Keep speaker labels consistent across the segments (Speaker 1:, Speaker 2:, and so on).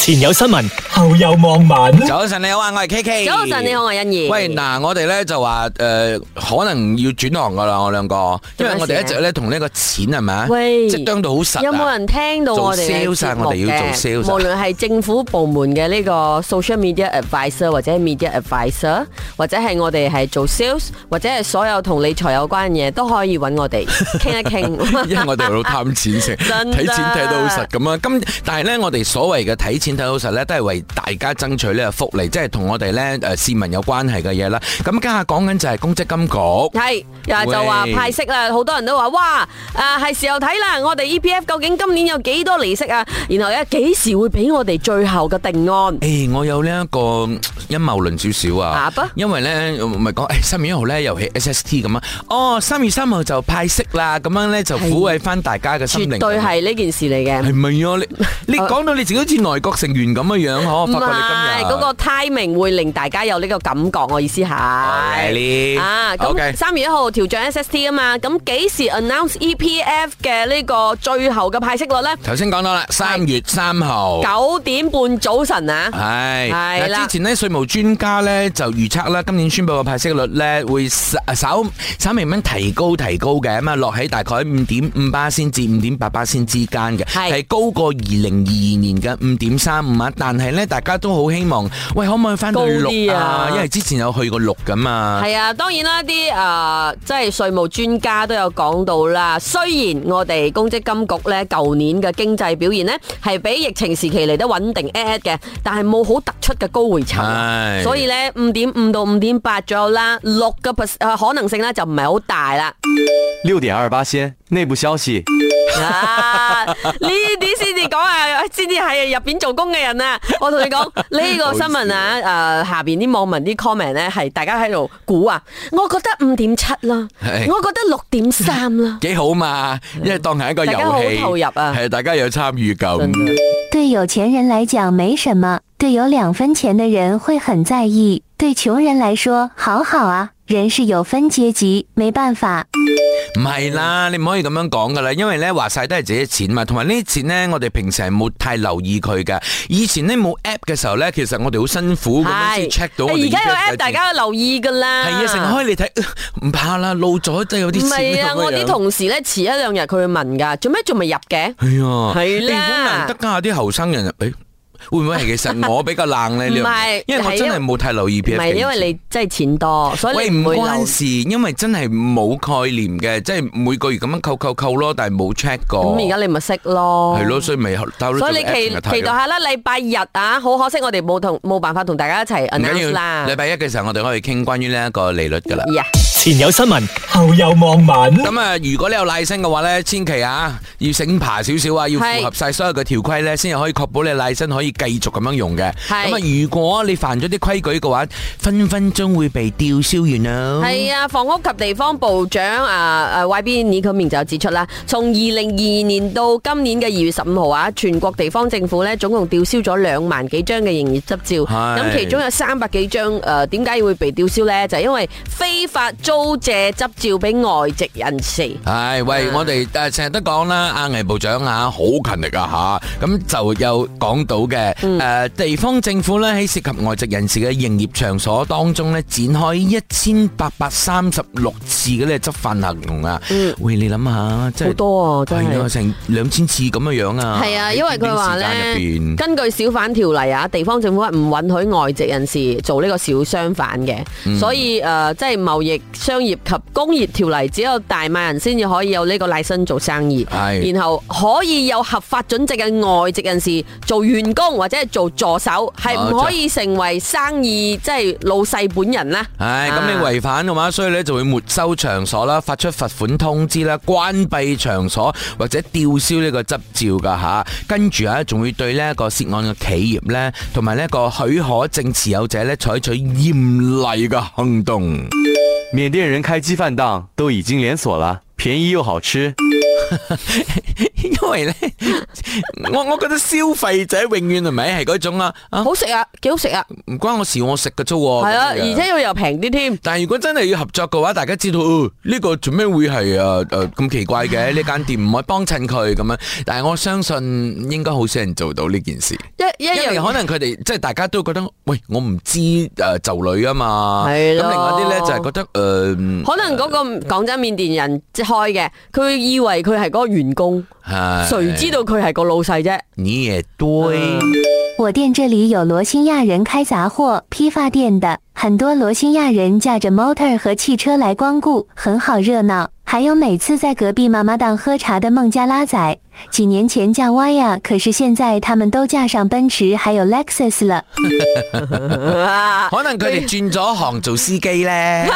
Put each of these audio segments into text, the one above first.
Speaker 1: 前有新聞，後有網民。
Speaker 2: 早晨你好啊，我係 K K。
Speaker 3: 早晨，你好，我係欣怡。
Speaker 2: 喂，嗱，我哋咧就話誒、呃可能要轉行噶啦，我兩個，因為
Speaker 3: 做咩事
Speaker 2: 我哋一直咧同呢個錢係咪啊，
Speaker 3: 喂
Speaker 2: 即係啄到好實啊。
Speaker 3: 有冇人聽到我哋嘅
Speaker 2: 做 sales 啊
Speaker 3: 節目
Speaker 2: 我哋要做
Speaker 3: 嘅
Speaker 2: sales 啊
Speaker 3: 無論係政府部門嘅呢個 social media advisor 或者係 media advisor，或者係我哋係做 sales，或者係所有同理財有關嘅嘢，都可以 揾我哋傾一傾。
Speaker 2: 因為我哋老貪錢食，
Speaker 3: 真㗎
Speaker 2: 睇錢睇得好實咁啊！咁但係咧，我哋所謂嘅睇錢睇得好實咧，都係為大家爭取呢個福利，即係同我哋咧誒市民有關係嘅嘢啦。咁家下講緊就係公積金局。
Speaker 3: 係，又係就話
Speaker 2: 喂
Speaker 3: 派息啦，好多人都話哇，誒係時候睇啦，我哋 EPF 究竟今年有幾多利息啊？然後咧幾時會俾我哋最後嘅定案？
Speaker 2: 誒，我有呢一個嗯陰謀論少少啊
Speaker 3: 啊不，
Speaker 2: 因為咧唔係講誒三月一號咧又起 SST 咁啊，哦三月三號就派息啦，咁樣咧就
Speaker 3: 係
Speaker 2: 撫慰翻大家嘅心靈。
Speaker 3: 絕對係呢件事嚟嘅。
Speaker 2: 係咪啊？ 你你講到你自己好似內閣成員咁嘅樣嗬，我
Speaker 3: 唔
Speaker 2: 發覺你
Speaker 3: 係
Speaker 2: 今日
Speaker 3: 嗰個 timing 會令大家有呢個感覺，我意思係
Speaker 2: Alright
Speaker 3: 啊，
Speaker 2: 哦 OK
Speaker 3: 咁三月一號調漲 SST 啊嘛，咁幾時 announce EPF 嘅呢個最後嘅派息率呢？
Speaker 2: 頭先講到啦，三月三號。
Speaker 3: 九點半早晨啊！
Speaker 2: 系，
Speaker 3: 係
Speaker 2: 嗱
Speaker 3: 啦
Speaker 2: 之前咧，税務專家咧就預測啦，今年宣布嘅派息率咧會稍稍稍微咁提高提高嘅，咁啊落喺大概五點五巴仙至五點八巴仙之間嘅，
Speaker 3: 係
Speaker 2: 係高過二零二二年嘅五點三五啊。但係咧，大家都好希望，喂，可唔可以翻到
Speaker 3: 高
Speaker 2: 六
Speaker 3: 啲
Speaker 2: 啊
Speaker 3: 啊？
Speaker 2: 因為之前有去過六噶嘛。
Speaker 3: 係啊，當然啦，啲誒、呃即係稅務專家都有講到啦。雖然我哋公積金局呢舊年嘅經濟表現呢係比疫情時期嚟得穩定 at 嘅，但係冇好突出嘅高回酬
Speaker 2: 係，
Speaker 3: 所以呢，五點五到五點八左右啦，六嘅 per- 呃可能性呢就唔係好大啦。
Speaker 4: 六点二八仙内部消息，
Speaker 3: 啊！呢啲先至講啊，先至係入邊做工嘅人啊！我同你講呢、個新聞啊，誒、下邊啲網民啲 comment 咧係大家喺度估啊，我覺得五點七啦，
Speaker 2: 係
Speaker 3: 我覺得六點三啦。
Speaker 2: 幾好嘛，因為當係一個遊
Speaker 3: 大家好
Speaker 2: 戲，
Speaker 3: 投入啊
Speaker 2: 係大家有參與感
Speaker 3: 真。的
Speaker 5: 对有钱人来讲没什么，对有两分钱的人会很在意，对穷人来说，好好啊，人是有分阶级，没办法。
Speaker 2: 唔係啦，你唔可以咁樣講噶啦，因為咧話晒都係自己錢嘛，同埋呢啲錢咧，我哋平時係冇太留意佢嘅。以前咧冇 app 嘅時候咧，其實我哋好辛苦咁樣先 check 到我哋
Speaker 3: 而家有
Speaker 2: EPF 嘅
Speaker 3: app，大家留意噶啦。
Speaker 2: 係啊，成日開嚟睇，呃唔怕啦，露咗真係有
Speaker 3: 唔
Speaker 2: 啲
Speaker 3: 係
Speaker 2: 錢
Speaker 3: 啊！我啲同事咧遲一兩日佢會問㗎，做咩仲未入嘅？
Speaker 2: 係啊，
Speaker 3: 係啦
Speaker 2: 你好難得㗎啲後生人，誒、會唔會係其實我比較冷咧？
Speaker 3: 唔係
Speaker 2: 因為我真係冇太留意
Speaker 3: 唔
Speaker 2: P F。
Speaker 3: 係因為你真係錢多，所
Speaker 2: 喂
Speaker 3: 以你
Speaker 2: 唔
Speaker 3: 唔會留
Speaker 2: 關事，因為真係冇概念嘅，即係每個月咁樣扣扣扣咯，但係冇 check 過。
Speaker 3: 咁而家你咪識咯。
Speaker 2: 係咯，所以咪兜咗
Speaker 3: 所以你
Speaker 2: 做 app
Speaker 3: 期
Speaker 2: 成日睇
Speaker 3: 期待
Speaker 2: 咯
Speaker 3: 下啦，禮拜日啊，好可惜我哋冇同冇辦法同大家一齊
Speaker 2: 唔緊
Speaker 3: announce
Speaker 2: 要，
Speaker 3: 啦
Speaker 2: 禮。拜一嘅時候我哋可以傾關於呢一個利率噶啦。
Speaker 3: 呀
Speaker 1: 前有新聞，後有網民。
Speaker 2: 咁啊，如果你有賴聲嘅話咧，千祈啊要醒爬少少啊，要符合晒所有嘅條規咧，先至可以確保你賴聲可以繼續咁樣用嘅。
Speaker 3: 係
Speaker 2: 咁啊，如果你犯咗啲規矩嘅話，分分鐘會被吊銷完啦。
Speaker 3: 係啊，房屋及地方部長啊誒 YB 倪可敏就指出啦，從二零二二年到今年嘅二月十五號啊，全國地方政府咧總共吊銷咗兩萬幾張嘅營業執照，
Speaker 2: 係
Speaker 3: 咁其中有三百幾張誒點解會被吊銷呢？就係因為非法租借執照俾外籍人士。
Speaker 2: 系
Speaker 3: 嗯
Speaker 2: 喂，我哋诶成日都講啦，阿倪部長啊，好勤力啊吓，咁就有講到嘅
Speaker 3: 嗯
Speaker 2: 诶，地方政府咧喺涉及外籍人士嘅營業場所當中咧，展開一千八百三十六次嘅咧執法行動啊，喂，你諗下，即係
Speaker 3: 嗯好多啊，真
Speaker 2: 係
Speaker 3: 係
Speaker 2: 啊，。成兩千次咁嘅樣啊，
Speaker 3: 係啊，因為佢話
Speaker 2: 喺短短時
Speaker 3: 咧
Speaker 2: 間入，邊
Speaker 3: 根據小販條例啊，地方政府係唔允許外籍人士做呢個小商販嘅，
Speaker 2: 嗯
Speaker 3: 所以誒、呃即係貿易、商業及工業條例，只有大馬人先至可以有呢個 l 身做生意，
Speaker 2: 係
Speaker 3: 然後可以有合法準籍嘅外籍人士做員工或者係做助手，係唔
Speaker 2: 哦
Speaker 3: 可以成為生意即係老細本人啦。
Speaker 2: 唉，咁
Speaker 3: 啊
Speaker 2: 你違反嘅話，所以咧就會沒收場所啦，發出罰款通知啦，關閉場所或者吊銷呢個執照噶吓。跟住啊，仲會對呢一個涉案嘅企業呢，同埋呢一個許可證持有者呢，採取嚴厲嘅行動。
Speaker 4: 缅甸人开鸡饭档都已经连锁了，便宜又好吃。
Speaker 2: 因為呢， 我我覺得消費者永遠係咪係嗰種啊啊
Speaker 3: 好食啊，幾好食啊，
Speaker 2: 唔關我事，我食嘅啫喎。
Speaker 3: 係啊，
Speaker 2: 咁樣
Speaker 3: 而且要又平啲添。
Speaker 2: 但係如果真係要合作嘅話，大家知道哦呢、個做咩會係誒誒咁奇怪嘅呢間店唔可以幫襯佢咁樣，但係我相信應該好少人做到呢件事。
Speaker 3: 因一一
Speaker 2: 一嚟可
Speaker 3: 樣
Speaker 2: 能佢哋即係大家都覺得，喂，我唔知诶就女啊嘛，咁
Speaker 3: 係
Speaker 2: 另
Speaker 3: 咯
Speaker 2: 外啲咧就係覺得呃诶，
Speaker 3: 可能嗰個講真緬甸人即開嘅，佢會以為佢係嗰個員工，
Speaker 2: 係
Speaker 3: 誰知道佢係個老細啫。
Speaker 2: 你也对。
Speaker 5: 我店这里有罗兴亚人开杂货批发店的，很多罗兴亚人驾着 motor 和汽车来光顾，很好热闹。还有每次在隔壁妈妈档喝茶的孟加拉仔，几年前驾 Y 呀，可是现在他们都驾上奔驰还有 Lexus 了。
Speaker 2: 可能佢哋轉咗行做司機 咧，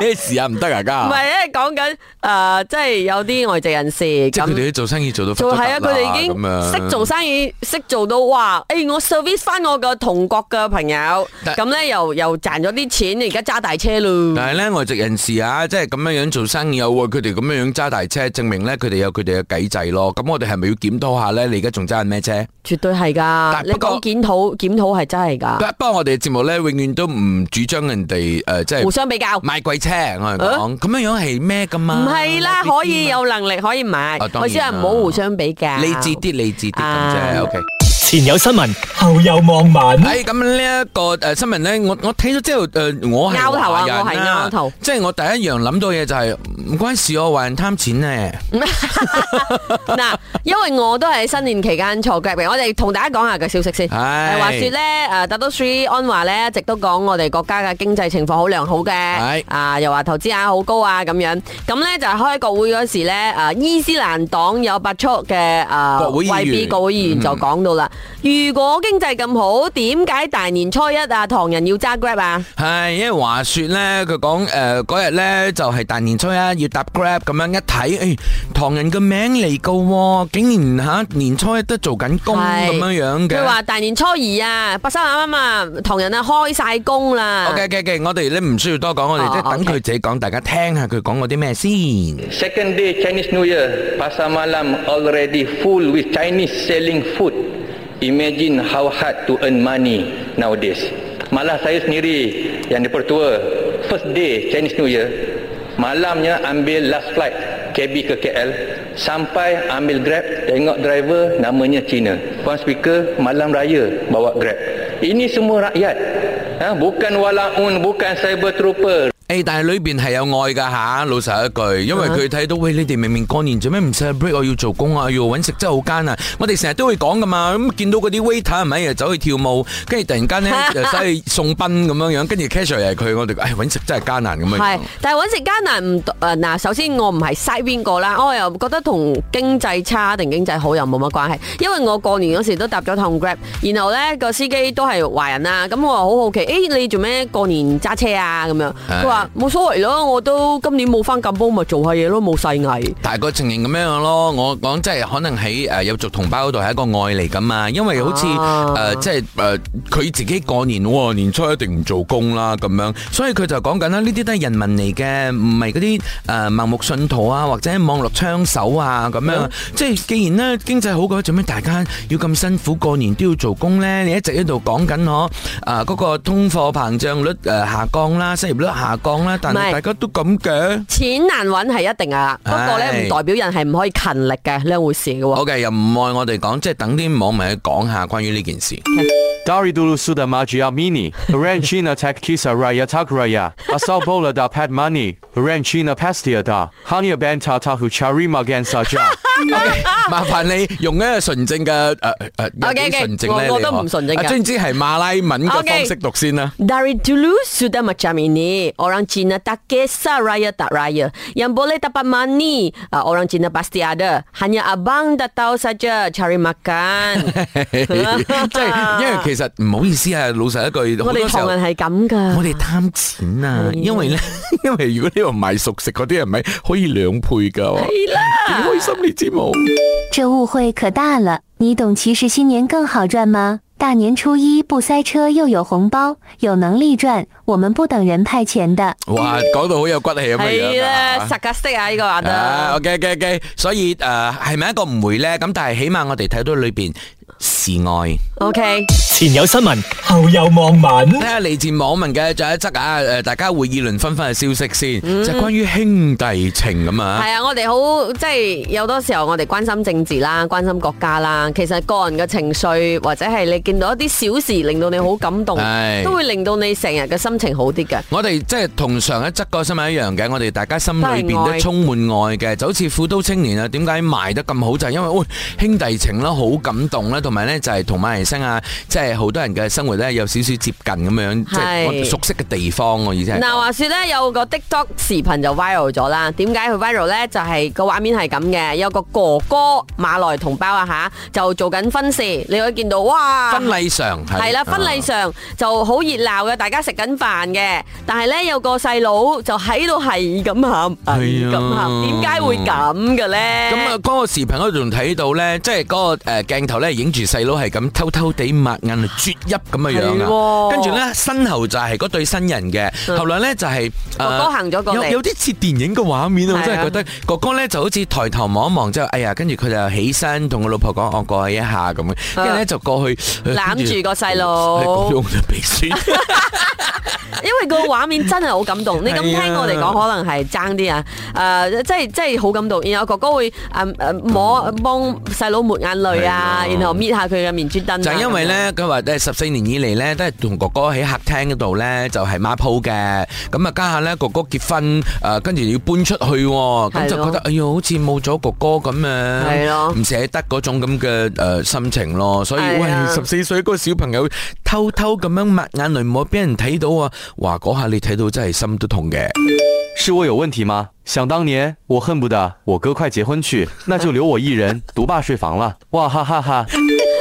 Speaker 2: 咩事啊？唔得啊，家
Speaker 3: 唔係咧，講緊诶，即係有啲外籍人士
Speaker 2: 即係佢
Speaker 3: 咁。
Speaker 2: 哋都做生意做到
Speaker 3: 就係
Speaker 2: 係
Speaker 3: 啊！佢哋已經識做生意，識做到哇！誒、我 service 翻我個同國嘅朋友，
Speaker 2: 但
Speaker 3: 咁咧又又賺咗啲錢，而家揸大車咯。
Speaker 2: 但係咧，外籍人士啊，即係咁樣樣做生意啊，喂，佢哋咁樣樣揸大車，證明咧佢哋有佢哋嘅計制咯。咁我哋係咪要檢討下咧？你而家仲揸緊咩車？
Speaker 3: 絕對係㗎，
Speaker 2: 但
Speaker 3: 你
Speaker 2: 不過
Speaker 3: 講檢討檢討係真係㗎，
Speaker 2: 不不過我哋嘅節目咧，永遠都唔主張人哋诶、呃即
Speaker 3: 互
Speaker 2: 係
Speaker 3: 相比較。
Speaker 2: 買貴車。我哋講咁樣樣係咩噶嘛？
Speaker 3: 啊唔係啦，可以有能力可以買
Speaker 2: 啊，當然啦
Speaker 3: 我先係唔好互相比較。
Speaker 2: 理智啲，理智啲咁
Speaker 3: 啊
Speaker 2: 啫。OK。
Speaker 1: 前有新聞，後有網民。
Speaker 2: 喺咁呢一個诶新聞咧，我我睇咗之後，诶、我係
Speaker 3: 拗頭啊
Speaker 2: 華人
Speaker 3: 我係拗頭
Speaker 2: 即係我第一樣諗到嘢就係唔關事，我華人貪錢咧。
Speaker 3: 嗱，因為我都係新年期間坐 Grab 嘅，我哋同大家講下個消息先。
Speaker 2: 係
Speaker 3: 誒話說咧，誒特都 Sri 安華咧，一直都講我哋國家嘅經濟情況好良好嘅
Speaker 2: 係，
Speaker 3: 啊又話投資額好高啊咁樣。咁咧就係開國會嗰時咧，誒伊斯蘭黨有八速嘅誒
Speaker 2: 國會議員
Speaker 3: YB 國會議員就講到啦，如果經濟咁好，點解大年初一啊唐人要揸 Grab 啊？
Speaker 2: 係，因為話說咧，佢講诶嗰日咧就係大年初一要搭 Grab 咁樣一睇，诶、唐人嘅名嚟噶、喎，竟然吓、年初一都做緊工
Speaker 3: 係
Speaker 2: 咁樣樣嘅。
Speaker 3: 佢話大年初二啊，八三啱啱啊，唐人啊開晒工啦。
Speaker 2: OK OK OK，我哋咧唔需要多講，我哋即係
Speaker 3: 啊哦
Speaker 2: 等佢
Speaker 3: OK
Speaker 2: 自己講，大家聽下佢講過啲咩先。
Speaker 6: Second day Chinese New Year, pasar malam already full with Chinese selling food. Imagine how hard to earn money nowadays. Malah saya sendiri yang dipertua, first day Chinese New Year, malamnya ambil last flight KB ke KL, sampai ambil Grab, tengok driver namanya Cina. Puan Speaker, malam raya bawa Grab. Ini semua rakyat. Ha, bukan walaun, bukan cyber trooper.
Speaker 2: 诶、但系里边系有爱噶吓，老实一句，因为佢睇到喂，你哋明明过年做咩唔 celebrate？我要做工啊，我要搵食真系好艰難。我哋成日都會講噶嘛，咁見到嗰啲 waiter 係咪又走去跳舞，跟住突然間咧又走去送賓咁樣樣，跟住 casual 又係佢，我哋唉搵食真係艱難咁樣樣
Speaker 3: 係，。但係揾食艱難唔誒嗱，首先我唔係 side 邊個啦，我又覺得同經濟差定經濟好又冇乜關係，因為我過年嗰時都搭咗趟 Grab，然後咧個司機都係華人啦，咁我話好好奇，誒、你做咩過年揸車啊咁樣？
Speaker 2: 係
Speaker 3: 佢話冇所謂咯，我都今年冇翻咁煲，咪做下嘢咯，冇細藝。
Speaker 2: 但係個情形咁樣樣咯，我講即係可能喺誒有族同胞嗰度係一個愛嚟噶嘛，因為好似誒、
Speaker 3: 啊
Speaker 2: 呃即係誒佢自己過年喎，年初一定唔做工啦咁樣，所以佢就講緊啦，呢啲都係人民嚟嘅，唔係嗰啲誒盲目信徒啊，或者網絡槍手啊咁樣。
Speaker 3: 嗯
Speaker 2: 即係既然呢經濟好嘅話，做咩大家要咁辛苦過年都要做工呢？你一直喺度講緊我誒嗰個通貨膨脹率誒下降啦，失業率下降啦，但
Speaker 3: 唔係
Speaker 2: 係大家都咁嘅。
Speaker 3: 錢難揾係一定啊，不過咧
Speaker 2: 係
Speaker 3: 唔代表人係唔可以勤力嘅兩回事嘅喎。
Speaker 2: OK，又唔愛我哋講，即係等啲網民去講下關於呢 件事。
Speaker 4: Dari dulu sudah maju mini, Ranchina tak kisah raya tak raya, asal bola dapat money, Ranchina pasti ada, hanya benta tahu cari makan saja.
Speaker 2: OK，麻煩你用一個純正嘅诶诶，有
Speaker 3: OK，OK，
Speaker 2: 啲純正咧，
Speaker 3: 我我
Speaker 2: 你
Speaker 3: 都唔
Speaker 2: 可
Speaker 3: 純正嘅
Speaker 2: 啊總之係馬拉文嘅
Speaker 3: OK
Speaker 2: 方式讀先 啦。
Speaker 3: Dari dulu sudah macam ini. Orang Cina tak kisah raya tak raya. Yang boleh dapat money, ah, orang Cina pasti ada. Hanya abang tak tahu saja cari makan.
Speaker 2: 即係因為其實唔好意思啊，老 實一句，好
Speaker 3: Tôi đi
Speaker 2: 多時候
Speaker 3: Hồng。Anh là cảm cơ.
Speaker 2: 我哋貪錢啊， 因為咧，因為如果呢度賣熟食嗰啲人咪可以兩倍噶，
Speaker 3: Hay lắm.
Speaker 2: 幾開心你知冇？
Speaker 5: 这误会可大了，你懂其实新年更好赚吗？大年初一不塞车又有红包，有能力赚，我们不等人派钱的。
Speaker 2: 哇，講到好有骨氣咁
Speaker 3: Hay
Speaker 2: 嘅樣
Speaker 3: là
Speaker 2: 啊
Speaker 3: sarcastic lah, à, cái gọi là.
Speaker 2: Ah, 呃啊，OK OK OK，所以誒係咪一個誤會咧？咁但係起碼我哋睇到裏邊示愛。
Speaker 3: OK，
Speaker 1: 前有新聞，後有網民
Speaker 2: 睇。下嚟自網民嘅就一則啊，誒，大家會議論紛紛嘅消息先，就係關於兄弟情咁啊。
Speaker 3: 嗯係啊，我哋好即係有多時候我哋關心政治啦，關心國家啦，其實個人嘅情緒或者係你見到一啲小事令到你好感動
Speaker 2: 係，
Speaker 3: 都會令到你成日嘅心情好啲嘅。
Speaker 2: 我哋即係同上一則個新聞一樣嘅，我哋大家心裏邊
Speaker 3: 都係
Speaker 2: 都
Speaker 3: 愛
Speaker 2: 充滿愛嘅，就好似《富都青年》啊，點解賣得咁好就係、因為喂兄弟情啦，好感動啦，同埋呢就係同馬來西亞即係好多人嘅生活呢有少少接近咁樣，即係
Speaker 3: 係
Speaker 2: 我熟悉嘅地方我意思係
Speaker 3: 嗱，話説咧有個 TikTok 視頻就 viral 咗啦。點解佢 viral 咧？就係、個畫面係咁嘅，有個哥哥馬來同胞啊吓，就做緊婚事，你可以見到哇！
Speaker 2: 婚禮上啊係
Speaker 3: 係啦，婚禮
Speaker 2: 啊
Speaker 3: 上就好熱鬧嘅，大家食緊飯嘅。但係咧有個細佬就喺度係咁喊，係咁喊，點解會咁嘅咧？
Speaker 2: 咁啊，嗰個視頻我仲睇到咧，即係嗰個誒鏡頭咧，影住細佬係咁偷偷地抹眼淚啜泣咁嘅
Speaker 3: 係
Speaker 2: 樣啊。
Speaker 3: 喎嗯
Speaker 2: 跟住咧，身後就係嗰對新人嘅，後來咧就係
Speaker 3: 哥哥行咗過嚟
Speaker 2: 有有啲似電影嘅畫面啊！我真係
Speaker 3: 係啊
Speaker 2: 覺得哥哥咧就好似抬頭望一望之後，哎呀，跟住佢就起身同我老婆講：我過去一下咁樣。跟住咧就過去呃
Speaker 3: 啊攬
Speaker 2: 跟
Speaker 3: 住個細佬
Speaker 2: 係咁用咗鼻水。
Speaker 3: 因為個畫面真係好感動，你咁
Speaker 2: 係啊
Speaker 3: 聽我哋講可能係爭啲啊，誒、即係即係好感動。然後哥哥會誒誒、摸幫細佬抹眼淚啊，
Speaker 2: 係啊
Speaker 3: 然後搣下佢嘅面珠燈啊。
Speaker 2: 就係因為咧，佢話誒十四年以嚟咧，都係同哥哥喺客廳嗰度咧，就係孖鋪嘅。咁啊，家下咧哥哥結婚，誒跟住要搬出去喎，咁
Speaker 3: 係咯
Speaker 2: 就覺得哎呦，好似冇咗哥哥咁樣，
Speaker 3: 係咯
Speaker 2: 唔捨得嗰種咁嘅誒心情咯。所以
Speaker 3: 係
Speaker 2: 喂，
Speaker 3: 啊
Speaker 2: 十四歲嗰個小朋友偷偷咁樣抹眼淚，唔好俾人睇到啊！哇，嗰下你睇到真係心都痛 嘅。
Speaker 4: 是我有问题吗？想当年，我恨不得我哥快结婚去，那就留我一人独霸睡房了。哇哈哈哈！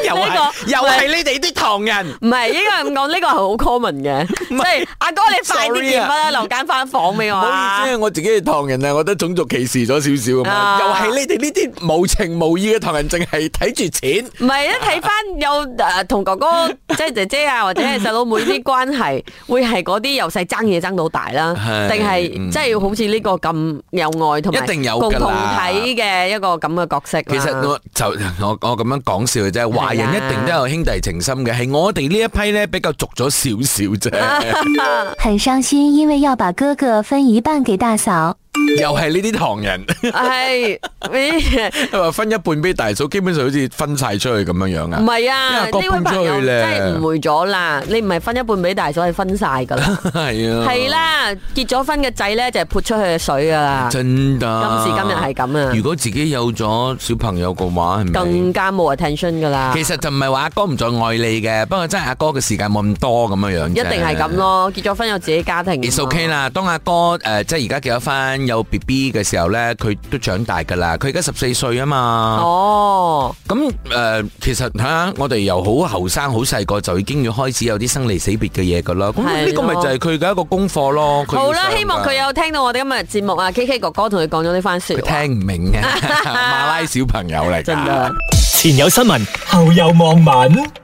Speaker 2: 又
Speaker 3: 呢個
Speaker 2: 又係你哋啲唐人。
Speaker 3: 唔係應該咁講，呢個係好 common 嘅，即係阿哥你快啲
Speaker 2: Sorry
Speaker 3: 結
Speaker 2: 啊
Speaker 3: 婚啦，留間翻房俾我
Speaker 2: 唔
Speaker 3: 啊
Speaker 2: 好意思，！我自己係唐人啊，我覺得種族歧視咗少少啊嘛。
Speaker 3: 啊
Speaker 2: 又係你哋呢啲無情無義嘅唐人，淨係睇住錢。
Speaker 3: 唔係一睇翻有誒同哥 哥即係姐姐啊，或者係細佬妹啲關係，會係嗰啲由細爭嘢爭到大啦，
Speaker 2: 係
Speaker 3: 定係
Speaker 2: 嗯
Speaker 3: 即係好似呢個咁有愛同埋
Speaker 2: 一定有
Speaker 3: 共
Speaker 2: 㗎
Speaker 3: 同
Speaker 2: 啦
Speaker 3: 體嘅一個咁嘅角色啦。
Speaker 2: 其實我就我我咁樣講笑嘅
Speaker 3: 啊
Speaker 2: 啫，華人一定都有兄弟情深嘅，係我哋呢一批咧比較俗咗少少 啫。
Speaker 5: 很伤心，因为要把哥哥分一半给大嫂。
Speaker 2: 又係呢啲唐人，
Speaker 3: 係咦
Speaker 2: 話分一半俾大嫂，基本上好似分晒出去咁樣樣
Speaker 3: 唔
Speaker 2: 啊。
Speaker 3: 係啊？
Speaker 2: 因為
Speaker 3: 呢
Speaker 2: 各
Speaker 3: 位
Speaker 2: 搬
Speaker 3: 朋
Speaker 2: 出去
Speaker 3: 友
Speaker 2: 咧
Speaker 3: 真係誤會咗啦！你唔係分一半俾大嫂，係分晒㗎啦。
Speaker 2: 係啊，
Speaker 3: 係，啦，結咗婚嘅仔咧就係潑出去嘅水㗎啦。
Speaker 2: 真噶。
Speaker 3: 今時今日係咁啊
Speaker 2: 如果自己有咗小朋友嘅話，係咪？
Speaker 3: 更加冇 attention 㗎啦。
Speaker 2: 其實就唔係話阿哥唔再愛你嘅，不過真係阿哥嘅時間冇咁多咁樣樣。
Speaker 3: 一定係咁。咯，結咗婚有自己家庭㗎嘛。
Speaker 2: It's OK 啦，當阿哥誒、呃即係而家結咗婚有 B B 嘅時候咧，佢都長大㗎啦。佢而家十四歲啊嘛，
Speaker 3: 哦，
Speaker 2: 咁誒、呃其實嚇、我哋由好後生好細個就已經要開始有啲生離死別嘅嘢㗎啦。咁
Speaker 3: 係咯啊
Speaker 2: 呢個咪就係佢嘅一個功課咯。佢要
Speaker 3: 好啦，
Speaker 2: 上㗎
Speaker 3: 希望佢有聽到我哋今日節目啊！K K 哥哥同佢講咗呢番説
Speaker 2: 佢
Speaker 3: 話，
Speaker 2: 聽唔 明嘅馬拉小朋友嚟㗎。
Speaker 3: 真㗎。
Speaker 1: 前有新聞，後有網民。